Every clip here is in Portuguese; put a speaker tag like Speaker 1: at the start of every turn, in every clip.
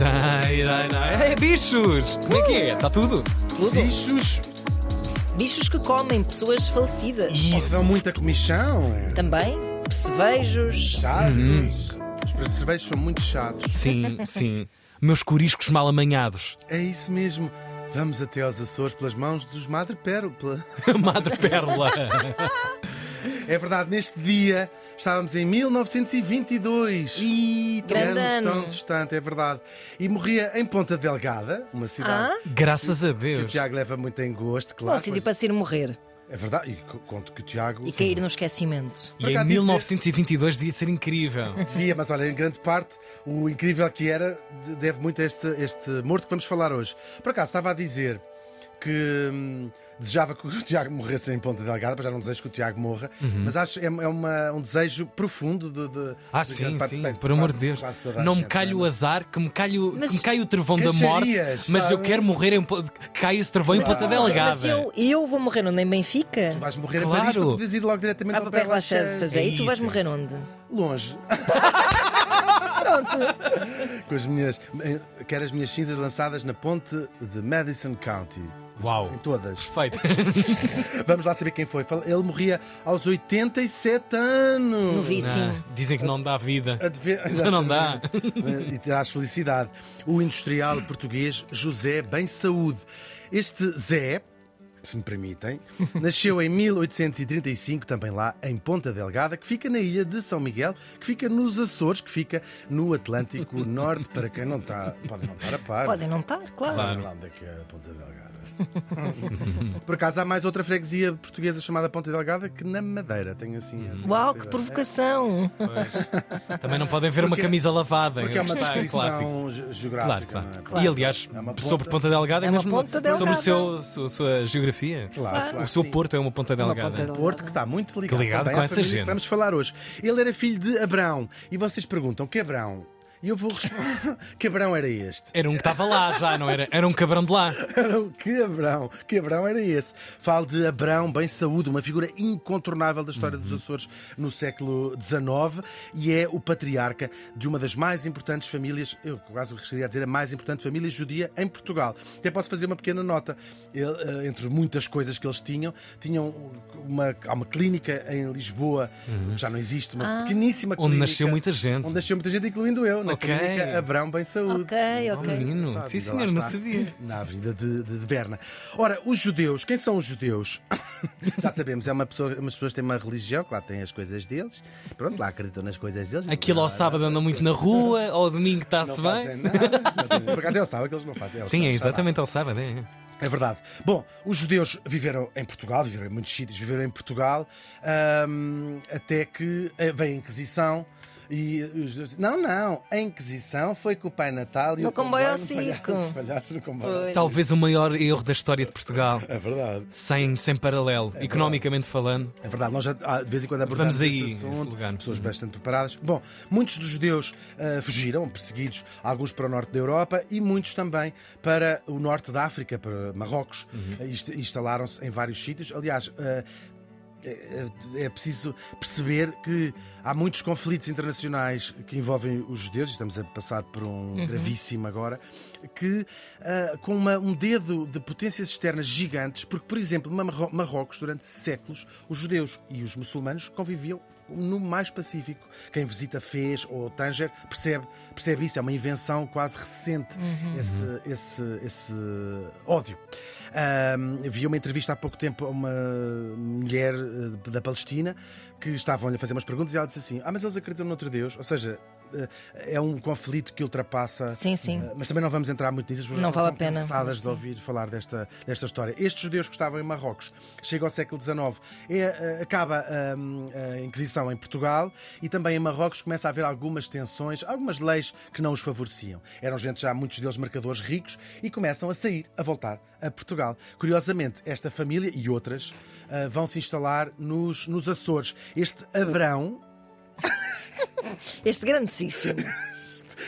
Speaker 1: Ai, ai, ai. Ei, bichos! Como é que é?
Speaker 2: Uh!
Speaker 1: Está tudo?
Speaker 3: Tudo.
Speaker 2: Bichos
Speaker 3: Bichos que comem pessoas falecidas.
Speaker 2: dão muita comichão.
Speaker 3: Também percevejos.
Speaker 2: Chaves.
Speaker 3: Uhum.
Speaker 2: Os percevejos são muito chatos.
Speaker 1: Sim, sim. Meus coriscos mal amanhados.
Speaker 2: É isso mesmo. Vamos até aos Açores pelas mãos dos Madre Pérola.
Speaker 1: Madre Pérola.
Speaker 2: É verdade, neste dia estávamos em 1922.
Speaker 1: E
Speaker 3: grande ano.
Speaker 2: tão distante, é verdade. E morria em Ponta Delgada, uma cidade
Speaker 3: Ah,
Speaker 1: graças a
Speaker 2: que o
Speaker 1: Deus.
Speaker 2: Tiago leva muito em gosto,
Speaker 3: bom
Speaker 2: claro.
Speaker 3: sítio
Speaker 2: mas-
Speaker 3: para se ir morrer
Speaker 2: É verdade, e co- conto que o Tiago
Speaker 3: e cair no esquecimento.
Speaker 1: E em
Speaker 2: acaso ia dizer-
Speaker 1: 1922 devia ser incrível.
Speaker 2: devia, mas olha, em grande parte, o incrível que era de- deve muito a este, este morto que vamos falar hoje. Por acaso, estava a dizer que hum, desejava que o Tiago morresse em Ponta Delgada, mas já não desejo que o Tiago morra,
Speaker 1: Uhum.
Speaker 2: mas acho é, é uma- um desejo profundo de. de
Speaker 1: Ah,
Speaker 2: de
Speaker 1: sim,
Speaker 2: grande parte-
Speaker 1: sim,
Speaker 2: bem,
Speaker 1: por amor de
Speaker 2: quase-
Speaker 1: Deus.
Speaker 2: quase toda a
Speaker 1: Não me
Speaker 2: gente,
Speaker 1: calhe
Speaker 2: não é?
Speaker 1: o azar, que me calhe, o-
Speaker 3: Mas-
Speaker 1: que me calhe o travão da morte,
Speaker 2: Queixarias,
Speaker 1: mas eu
Speaker 2: sabe?
Speaker 1: quero morrer em. po- que caia esse travão em Ponta
Speaker 3: Mas
Speaker 1: Delgada.
Speaker 3: eu, eu vou morrer onde? Em Benfica?
Speaker 2: Vais morrer
Speaker 1: Claro.
Speaker 2: a Paris para poderes ir logo diretamente
Speaker 3: Ah,
Speaker 2: ao
Speaker 3: para
Speaker 2: Père
Speaker 3: Père Lachaise,
Speaker 2: Lachaise.
Speaker 3: pois é. E
Speaker 1: É
Speaker 3: tu vais
Speaker 1: isso, é
Speaker 3: morrer
Speaker 1: isso.
Speaker 3: onde?
Speaker 2: Longe. Pronto. Com as minhas. eh, Quero as minhas cinzas lançadas na ponte de Madison County.
Speaker 1: Uau.
Speaker 2: Em todas.
Speaker 1: Perfeito.
Speaker 2: Vamos lá saber quem foi. Fala- Ele morria aos 87 anos.
Speaker 3: Novíssimo.
Speaker 1: Ah, dizem que não dá vida.
Speaker 2: A dever-
Speaker 1: não dá.
Speaker 2: Exatamente. E terás felicidade. O industrial português José Bem Saúde. Este Zé, se me permitem, nasceu em 1835, também lá em Ponta Delgada, que fica na ilha de São Miguel, que fica nos Açores, que fica no Atlântico Norte, para quem não está, podem não estar a par.
Speaker 3: Podem não estar,
Speaker 1: É.
Speaker 3: claro.
Speaker 1: Claro.
Speaker 2: Sabem lá onde é que é a Ponta Delgada. Por acaso há mais outra freguesia portuguesa chamada Ponta Delgada que na Madeira, tem assim.
Speaker 1: Hum.
Speaker 2: a-
Speaker 3: Uau,
Speaker 2: essa
Speaker 3: que
Speaker 2: ideia.
Speaker 3: provocação!
Speaker 1: Pois. Também não podem ver uma
Speaker 2: Porque-
Speaker 1: camisa lavada.
Speaker 2: Porque é uma
Speaker 1: Está, um clássico.
Speaker 2: descrição ge-
Speaker 1: Claro,
Speaker 2: geográfica.
Speaker 1: claro.
Speaker 2: não é?
Speaker 1: E aliás,
Speaker 2: É uma
Speaker 1: sobre Ponta Delgada é,
Speaker 3: É uma
Speaker 1: mesmo
Speaker 3: ponta
Speaker 1: sobre o
Speaker 3: delgada.
Speaker 1: seu, su- sua geografia.
Speaker 2: Claro, claro
Speaker 1: O seu
Speaker 2: que sim.
Speaker 1: Porto é uma ponta
Speaker 3: Uma
Speaker 1: delgada.
Speaker 3: ponta delgada.
Speaker 2: Porto que está muito ligado,
Speaker 1: Que ligado
Speaker 2: também
Speaker 1: com
Speaker 2: à
Speaker 1: essa
Speaker 2: família
Speaker 1: gente.
Speaker 2: que vamos falar hoje. Ele era filho de Abrão e vocês perguntam que Abrão? E eu vou responder que Abrão era este?
Speaker 1: Era um que estava lá já, não era? Era um cabrão de lá.
Speaker 2: Era o que Abrão? Que Abrão era esse? Falo de Abrão Bem Saúde, uma figura incontornável da história
Speaker 1: Uhum.
Speaker 2: dos Açores no século XIX e é o patriarca de uma das mais importantes famílias, eu quase me gostaria de dizer, a mais importante família judia em Portugal. Até posso fazer uma pequena nota. Ele, eh, entre muitas coisas que eles tinham, tinham uma, há uma clínica em Lisboa, que já não existe, uma pequeníssima
Speaker 1: Uhum. Onde
Speaker 2: clínica.
Speaker 1: nasceu muita gente.
Speaker 2: Onde nasceu muita gente, incluindo eu, na
Speaker 1: Ok.
Speaker 2: clínica Abrão Bem Saúde.
Speaker 3: Ok,
Speaker 1: Oh,
Speaker 3: ok.
Speaker 1: menino.
Speaker 2: Sabe,
Speaker 1: Sim,
Speaker 2: ainda lá
Speaker 1: senhor, não
Speaker 2: está,
Speaker 1: sabia.
Speaker 2: Na Avenida de, de- de Berna. Ora, os judeus, quem são os judeus? Já sabemos, é uma pessoa, umas pessoas que têm uma religião, claro, têm as coisas deles. Pronto, lá acreditam nas coisas deles.
Speaker 1: Aquilo ao sábado anda muito na rua, ao domingo
Speaker 2: não
Speaker 1: está-se
Speaker 2: fazem
Speaker 1: bem.
Speaker 2: nada. Não tem- Por acaso é o sábado que eles não fazem. o
Speaker 1: Sim, é
Speaker 2: sábado, está lá.
Speaker 1: exatamente ao sábado, é.
Speaker 2: É verdade. Bom, os judeus viveram em Portugal, viveram em muitos sítios, viveram em Portugal, ahm, até que eh, veio a Inquisição. E os judeus dizem, não, não, a Inquisição foi com o Pai Natal e
Speaker 3: No
Speaker 2: o comboio
Speaker 3: comboio ao
Speaker 2: espalhado-
Speaker 3: circo.
Speaker 2: espalhados no comboio. ao
Speaker 3: Pois.
Speaker 2: circo.
Speaker 1: Talvez o maior erro da história de Portugal.
Speaker 2: É verdade.
Speaker 1: Sem, sem paralelo, economicamente falando.
Speaker 2: É verdade, nós já ah, de vez em quando abordamos
Speaker 1: Vamos aí,
Speaker 2: esse
Speaker 1: esse
Speaker 2: assunto,
Speaker 1: lugar. Uhum.
Speaker 2: pessoas bastante preparadas. Bom, muitos dos judeus ah, fugiram, perseguidos, alguns para o norte da Europa e muitos também para o norte da África, para Marrocos, Ah,
Speaker 1: Uhum.
Speaker 2: inst- instalaram-se em vários sítios. Aliás, ah, é é preciso perceber que há muitos conflitos internacionais que envolvem os judeus, estamos a passar por um gravíssimo agora, que ah, com uma- um dedo de potências externas gigantes, porque, por exemplo, Mar- Marrocos, durante séculos, os judeus e os muçulmanos conviviam no mais pacífico. Quem visita Fez ou Tanger percebe, percebe isso, é uma invenção quase recente,
Speaker 3: Uhum.
Speaker 2: esse, esse- esse ódio. Ahm, vi uma entrevista há pouco tempo a uma mulher eh, da Palestina que estavam-lhe a fazer umas perguntas e ela disse assim: Ah, mas eles acreditam noutro Deus? Ou seja, eh, é um conflito que ultrapassa.
Speaker 3: Sim, sim.
Speaker 2: Eh, Mas também não vamos entrar muito nisso, as pessoas
Speaker 3: Não
Speaker 2: já
Speaker 3: vale
Speaker 2: estão
Speaker 3: a pena.
Speaker 2: cansadas de ouvir falar desta, desta história. Estes judeus que estavam em Marrocos, chega ao século XIX, é, eh, acaba hum, a Inquisição em Portugal e também em Marrocos começa a haver algumas tensões, algumas leis que não os favoreciam. Eram gente já, muitos deles mercadores ricos, e começam a sair, a voltar a Portugal. Curiosamente, esta família e outras ah, vão se instalar nos, nos Açores. Este Abrão,
Speaker 3: Este grandíssimo.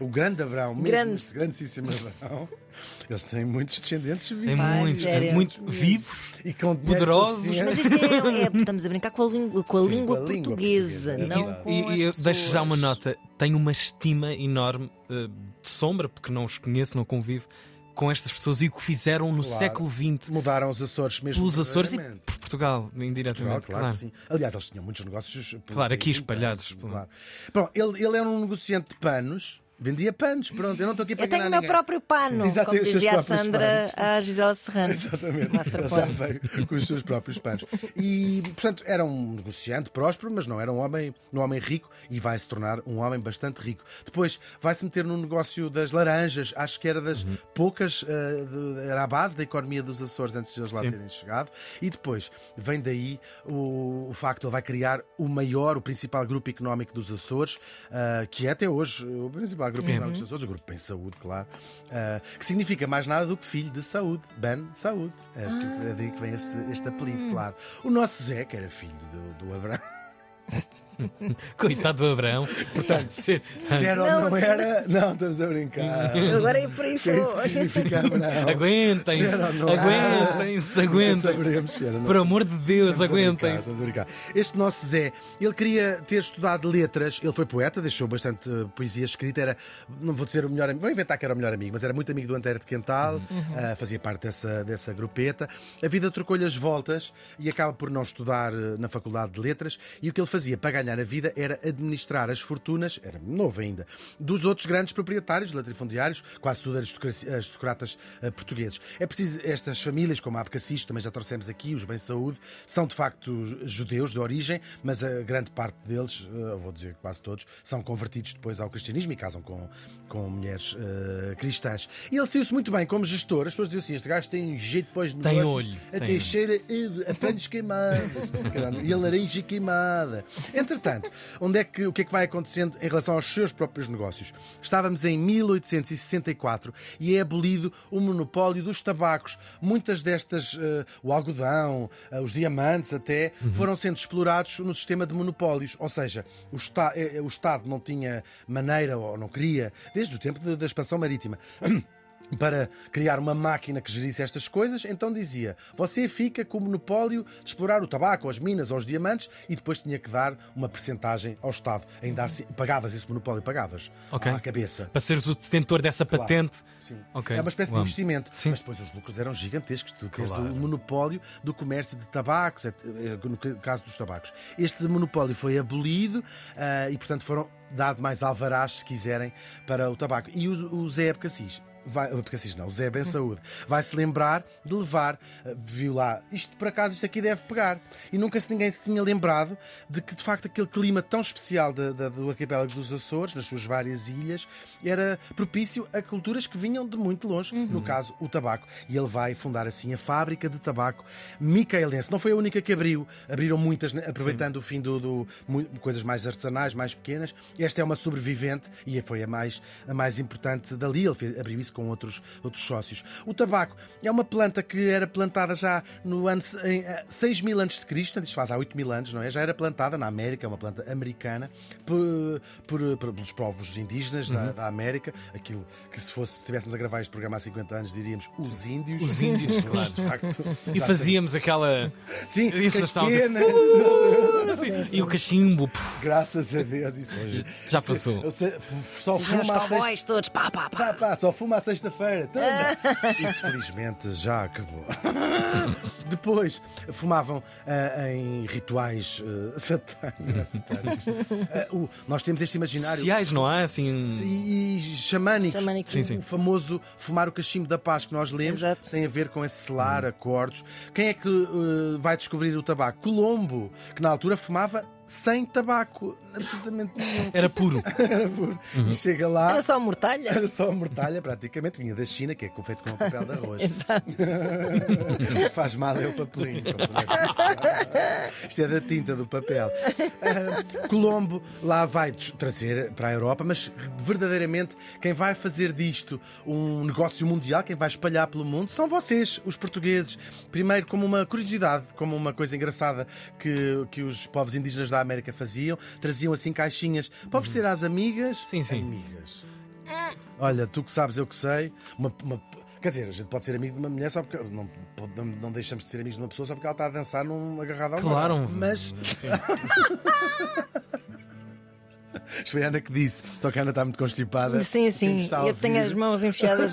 Speaker 2: O grande Abrão, mesmo
Speaker 3: Grande.
Speaker 2: esse grandíssimo Abrão. Eles têm muitos descendentes
Speaker 1: Tem
Speaker 2: vivos.
Speaker 3: Pá,
Speaker 1: muitos,
Speaker 3: sério.
Speaker 1: muito vivos.
Speaker 2: E com assim, dinheiro
Speaker 1: Poderosos.
Speaker 2: suficiente.
Speaker 3: Mas isto é, é- Estamos a brincar com a língua, com a
Speaker 2: Sim,
Speaker 3: língua
Speaker 2: com a língua
Speaker 3: portuguesa,
Speaker 2: portuguesa,
Speaker 3: não
Speaker 2: é
Speaker 3: com
Speaker 1: E,
Speaker 3: as
Speaker 1: e eu deixo já uma
Speaker 3: pessoas.
Speaker 1: nota. Tenho uma estima enorme eh, de sombra, porque não os conheço, não convivo com estas pessoas e o que fizeram no
Speaker 2: Claro.
Speaker 1: século XX
Speaker 2: Mudaram os Açores mesmo.
Speaker 1: pelos Açores e
Speaker 2: verdadeiramente.
Speaker 1: por Portugal,
Speaker 2: Portugal,
Speaker 1: indiretamente.
Speaker 2: claro, que sim. Aliás, eles tinham muitos negócios. pelo
Speaker 1: Claro, aqui
Speaker 2: país
Speaker 1: espalhados.
Speaker 2: inteiro, Claro. Pronto, ele, ele era um negociante de panos, vendia panos. Pronto, eu não estou aqui para
Speaker 3: Eu tenho
Speaker 2: enganar
Speaker 3: o meu
Speaker 2: ninguém.
Speaker 3: próprio pano,
Speaker 2: Exato,
Speaker 3: como
Speaker 2: tem os seus
Speaker 3: dizia a
Speaker 2: próprios
Speaker 3: Sandra
Speaker 2: panos.
Speaker 3: à Gisela Serrano.
Speaker 2: Exatamente.
Speaker 3: Master
Speaker 2: Ele já
Speaker 3: Plan.
Speaker 2: veio com os seus próprios panos. E, portanto, era um negociante próspero, mas não era um homem, um homem rico e vai se tornar um homem bastante rico. Depois vai-se meter no negócio das laranjas, acho que era das
Speaker 1: Uhum.
Speaker 2: poucas, eh, de- era a base da economia dos Açores antes de eles lá
Speaker 1: Sim.
Speaker 2: terem chegado. E depois vem daí o, o facto de ele vai criar o maior, o principal grupo económico dos Açores, ah, que é até hoje o principal grupo económico dos Açores, o grupo Bem Saúde, claro, ah, que significa mais nada do que filho de saúde, Ben Saúde. É assim que- é daí que vem este, este apelido, claro. O nosso Zé, que era filho do, do Abraão,
Speaker 1: Coitado do Abraão. Portanto, ser
Speaker 2: era ou
Speaker 3: Não,
Speaker 2: não era? Não, estamos a brincar.
Speaker 3: Agora é por aí
Speaker 2: Que é isso que
Speaker 3: fora.
Speaker 2: significa Abraão?
Speaker 1: Aguentem-se,
Speaker 2: Ser ou não ser?
Speaker 1: aguentem-se,
Speaker 2: Nunca
Speaker 1: aguentem-se.
Speaker 2: saberemos se era, não
Speaker 1: Por amor de Deus,
Speaker 2: Estamos a brincar,
Speaker 1: aguentem-se.
Speaker 2: estamos a brincar. Este nosso Zé, ele queria ter estudado letras, ele foi poeta, deixou bastante eh, poesia escrita, era, não vou dizer o melhor amigo, vou inventar que era o melhor amigo, mas era muito amigo do Antero de
Speaker 1: Uhum.
Speaker 2: Quental, ah, fazia parte dessa, dessa grupeta. A vida trocou-lhe as voltas e acaba por não estudar eh, na Faculdade de Letras, e o que ele fazia para ganhar a vida era administrar as fortunas, era novo ainda, dos outros grandes proprietários latifundiários, quase tudo aristocraci- aristocratas eh, portugueses. É preciso, estas famílias, como a Abcacis, também já trouxemos aqui, os bem-saúde, são de facto judeus de origem, mas a grande parte deles, eh, eu vou dizer quase todos, são convertidos depois ao cristianismo e casam com, com mulheres eh, cristãs. E ele saiu-se muito bem como gestor, as pessoas diziam assim: este gajo tem um jeito depois de
Speaker 1: Tem
Speaker 2: negócios,
Speaker 1: olho,
Speaker 2: até
Speaker 1: tem.
Speaker 2: cheira eh, a panos queimados Caramba, e a laranja queimada. Entretanto, onde é que, o que é que vai acontecendo em relação aos seus próprios negócios? Estávamos em 1864 e é abolido o monopólio dos tabacos. Muitas destas, eh, o algodão, eh, os diamantes até, foram sendo explorados no sistema de monopólios. Ou seja, o, Esta- eh, eh, o Estado não tinha maneira ou não queria, desde o tempo de- da expansão marítima. para criar uma máquina que gerisse estas coisas, então dizia: você fica com o monopólio de explorar o tabaco, as minas ou os diamantes, e depois tinha que dar uma percentagem ao Estado. Ainda assim, pagavas esse monopólio, pagavas
Speaker 1: Ok.
Speaker 2: à cabeça.
Speaker 1: Para seres o detentor dessa
Speaker 2: Claro.
Speaker 1: patente.
Speaker 2: Sim.
Speaker 1: Ok,
Speaker 2: É uma espécie
Speaker 1: uau.
Speaker 2: de investimento.
Speaker 1: Sim.
Speaker 2: Mas depois os lucros eram gigantescos. Tu tens
Speaker 1: Claro.
Speaker 2: o monopólio do comércio de tabacos, eh, eh, no ca- caso dos tabacos. Este monopólio foi abolido ah, e, portanto, foram dado mais alvarás, se quiserem, para o tabaco. E o, o Zé Abcacis. Vai, Abcacis não, o Zé Bem Saúde vai se lembrar de levar, ah, viu lá, isto por acaso, isto aqui deve pegar. E nunca se ninguém se tinha lembrado de que de facto aquele clima tão especial da- da- do arquipélago dos Açores, nas suas várias ilhas, era propício a culturas que vinham de muito longe, no caso o tabaco. E ele vai fundar assim a fábrica de tabaco micaelense. Não foi a única que abriu, abriram muitas, né, aproveitando o fim do, do- mu- coisas mais artesanais, mais pequenas. Esta é uma sobrevivente e foi a mais, a mais importante dali. Ele fez- abriu isso com outros, outros sócios. O tabaco é uma planta que era plantada já no ano se- em, eh, 6 mil antes de Cristo, isto faz há 8 mil anos, não é? Já era plantada na América, é uma planta americana, por, por- por- pelos povos indígenas da, da América. Aquilo que se fosse, se estivéssemos a gravar este programa há 50 anos, diríamos os índios.
Speaker 1: Os índios,
Speaker 2: Eles,
Speaker 1: claro.
Speaker 2: de facto,
Speaker 1: E
Speaker 2: Então já
Speaker 1: fazíamos aquela.
Speaker 2: sabiam. Sim, com
Speaker 1: isso, Uh!
Speaker 2: as
Speaker 1: sabe?
Speaker 2: penas.
Speaker 1: E o cachimbo. puf,
Speaker 2: Graças a Deus, isso hoje.
Speaker 1: Já passou.
Speaker 2: Eu sei, f- f- só
Speaker 3: Os meus
Speaker 2: fuma à sexta.
Speaker 3: cowboys todos, pá, pá, pá.
Speaker 2: Pá, pá, só fuma à sexta-feira. Toma.
Speaker 3: Ah.
Speaker 2: Isso felizmente já acabou. Depois fumavam ah, em rituais ah, satânicos. não é satânicos. Ah, o- nós temos este imaginário
Speaker 1: Sociais, não há? Assim.
Speaker 2: e, e xamânicos.
Speaker 3: Xamânicos.
Speaker 1: Sim, sim.
Speaker 2: O famoso fumar o cachimbo da paz que nós lemos
Speaker 3: Exato.
Speaker 2: tem a ver com esse selar, acordos. Quem é que eh, vai descobrir o tabaco? Colombo, que na altura fumava sem tabaco, absolutamente nenhum.
Speaker 1: Era puro.
Speaker 2: Era puro. E chega lá.
Speaker 3: Era só mortalha?
Speaker 2: Era só a mortalha, praticamente, vinha da China, que é feito com papel de arroz.
Speaker 3: Exato.
Speaker 2: O que faz mal é o papelinho. como toda a gente sabe. Isto é da tinta do papel. Ah, Colombo lá vai tr- trazer para a Europa, mas verdadeiramente quem vai fazer disto um negócio mundial, quem vai espalhar pelo mundo, são vocês, os portugueses. Primeiro, como uma curiosidade, como uma coisa engraçada que, que os povos indígenas da América faziam, traziam assim caixinhas para oferecer às amigas.
Speaker 1: Uhum. Sim, sim.
Speaker 2: Amigas. Olha, tu que sabes, eu que sei. Uma- uma- quer dizer, a gente pode ser amigo de uma mulher só porque. Não, pode- não- não deixamos de ser amigos de uma pessoa só porque ela está a dançar num agarrado a um
Speaker 1: Claro.
Speaker 2: barco. Mas.
Speaker 1: Sim.
Speaker 2: Isto foi a Ana que disse. Só que a Ana está muito constipada.
Speaker 3: Sim,
Speaker 2: Quem
Speaker 3: sim.
Speaker 2: está a
Speaker 3: Eu tenho
Speaker 2: ouvir-
Speaker 3: as mãos enfiadas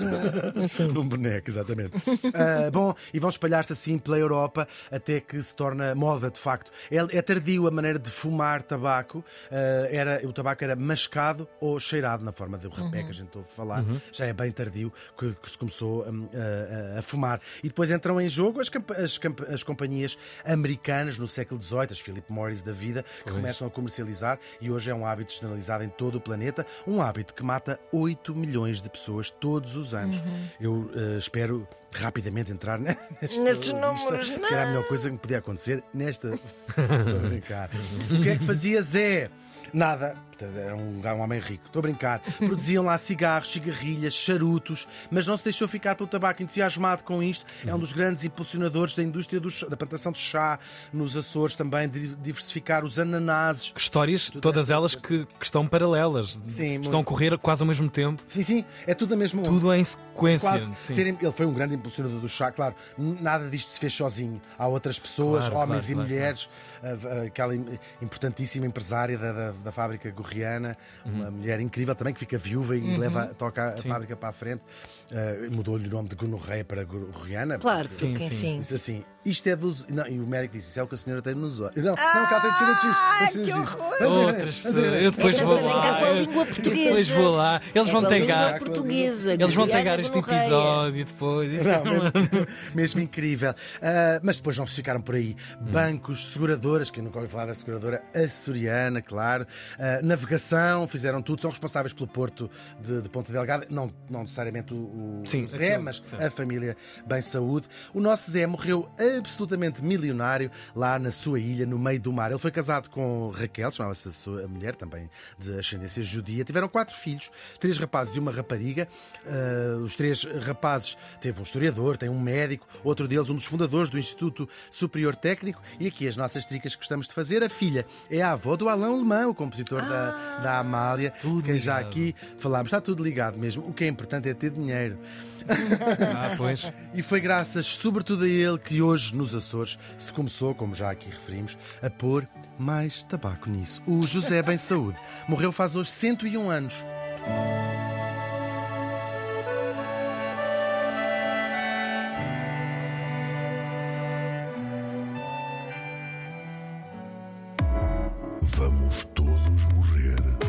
Speaker 3: no. Enfim.
Speaker 2: Num Um boneco, exatamente. Ah, bom, e vão espalhar-se assim pela Europa até que se torna moda, de facto. É, é tardio a maneira de fumar tabaco. ah, era, o tabaco era mascado ou cheirado, na forma do rapé que a gente ouve falar. Já é bem tardio que, que se começou hum, a, a- a fumar. E depois entram em jogo as, camp- as camp- as companhias americanas no século XVIII, as Philip Morris da vida, que
Speaker 1: Pois.
Speaker 2: começam a comercializar e hoje é um hábito generalizado em todo o planeta, um hábito que mata 8 milhões de pessoas todos os anos. Eu eh, espero rapidamente entrar ne- nesta
Speaker 3: Nestes
Speaker 2: lista,
Speaker 3: números,
Speaker 2: que era a melhor coisa que me podia acontecer nesta. Estou a brincar. O que é que fazia Zé? Nada, Portanto, era um, um homem rico, estou a brincar. Produziam lá cigarros, cigarrilhas, charutos, mas não se deixou ficar pelo tabaco entusiasmado com isto. É um dos grandes impulsionadores da indústria do chá- da plantação de chá nos Açores também, de diversificar os ananases.
Speaker 1: Histórias, todas elas que, que estão paralelas,
Speaker 2: Sim,
Speaker 1: estão a
Speaker 2: muito.
Speaker 1: correr quase ao mesmo tempo,
Speaker 2: Sim, sim, é tudo a mesma onda.
Speaker 1: tudo em sequência.
Speaker 2: quase
Speaker 1: Sim.
Speaker 2: terem- ele foi um grande impulsionador do chá, claro. n- Nada disto se fez sozinho. Há outras pessoas,
Speaker 1: Claro,
Speaker 2: homens
Speaker 1: claro,
Speaker 2: e
Speaker 1: claro,
Speaker 2: mulheres, a- a- aquela im- importantíssima empresária da, da, da fábrica gorriana,
Speaker 1: Uhum.
Speaker 2: uma mulher incrível também que fica viúva e leva, toca a fábrica para a frente. Ah, Mudou-lhe o nome de gonorreia para gorriana.
Speaker 3: Claro,
Speaker 2: porque-
Speaker 1: Sim,
Speaker 3: porque
Speaker 1: sim.
Speaker 3: enfim.
Speaker 2: Disse assim, isto é dos. Não, e o médico disse: Isso é o que a senhora tem nos olhos. Não, não, cá tem descida de giros. tem descida de
Speaker 3: Ah, que
Speaker 2: giros.
Speaker 3: horror!
Speaker 2: Vamos ver,
Speaker 1: Outras
Speaker 2: vamos ver.
Speaker 1: pessoas, eu depois vou
Speaker 3: Estamos a brincar
Speaker 1: lá.
Speaker 3: com a
Speaker 1: eu- eu
Speaker 3: língua
Speaker 1: depois
Speaker 3: portuguesa.
Speaker 1: vou lá. Eles
Speaker 3: É
Speaker 1: vão
Speaker 3: com a língua
Speaker 1: pegar.
Speaker 3: portuguesa.
Speaker 1: Eles vão
Speaker 3: Guiana
Speaker 1: pegar este
Speaker 3: Gonorreia.
Speaker 1: episódio depois.
Speaker 2: Não, mesmo, mesmo incrível. Ah, mas depois não se ficaram por aí.
Speaker 1: Hum.
Speaker 2: Bancos, seguradoras, que eu nunca ouvi falar da seguradora açoriana, claro. Ah, navegação, fizeram tudo, são responsáveis pelo porto de, de Ponta Delgada. Não, não necessariamente o, o
Speaker 1: Sim,
Speaker 2: Zé,
Speaker 1: aquele-
Speaker 2: mas
Speaker 1: sim.
Speaker 2: a família bem saúde. O nosso Zé morreu absolutamente milionário lá na sua ilha, no meio do mar. Ele foi casado com Raquel, chamava-se a sua mulher, também de ascendência judia. Tiveram quatro filhos, três rapazes e uma rapariga. Ah, os três rapazes teve um historiador, tem um médico, outro deles um dos fundadores do Instituto Superior Técnico. E aqui as nossas tricas que gostamos de fazer. A filha é a avó do Alain Lemão, o compositor da, da Amália.
Speaker 1: Ah, Tudo
Speaker 2: quem já
Speaker 1: ligado.
Speaker 2: aqui falámos, está tudo ligado mesmo. O que é importante é ter dinheiro.
Speaker 1: Ah, pois.
Speaker 2: E foi graças, sobretudo, a ele que hoje nos Açores se começou, como já aqui referimos, a pôr mais tabaco nisso. O José Bem Saúde morreu faz hoje 101 anos.
Speaker 4: Vamos todos morrer.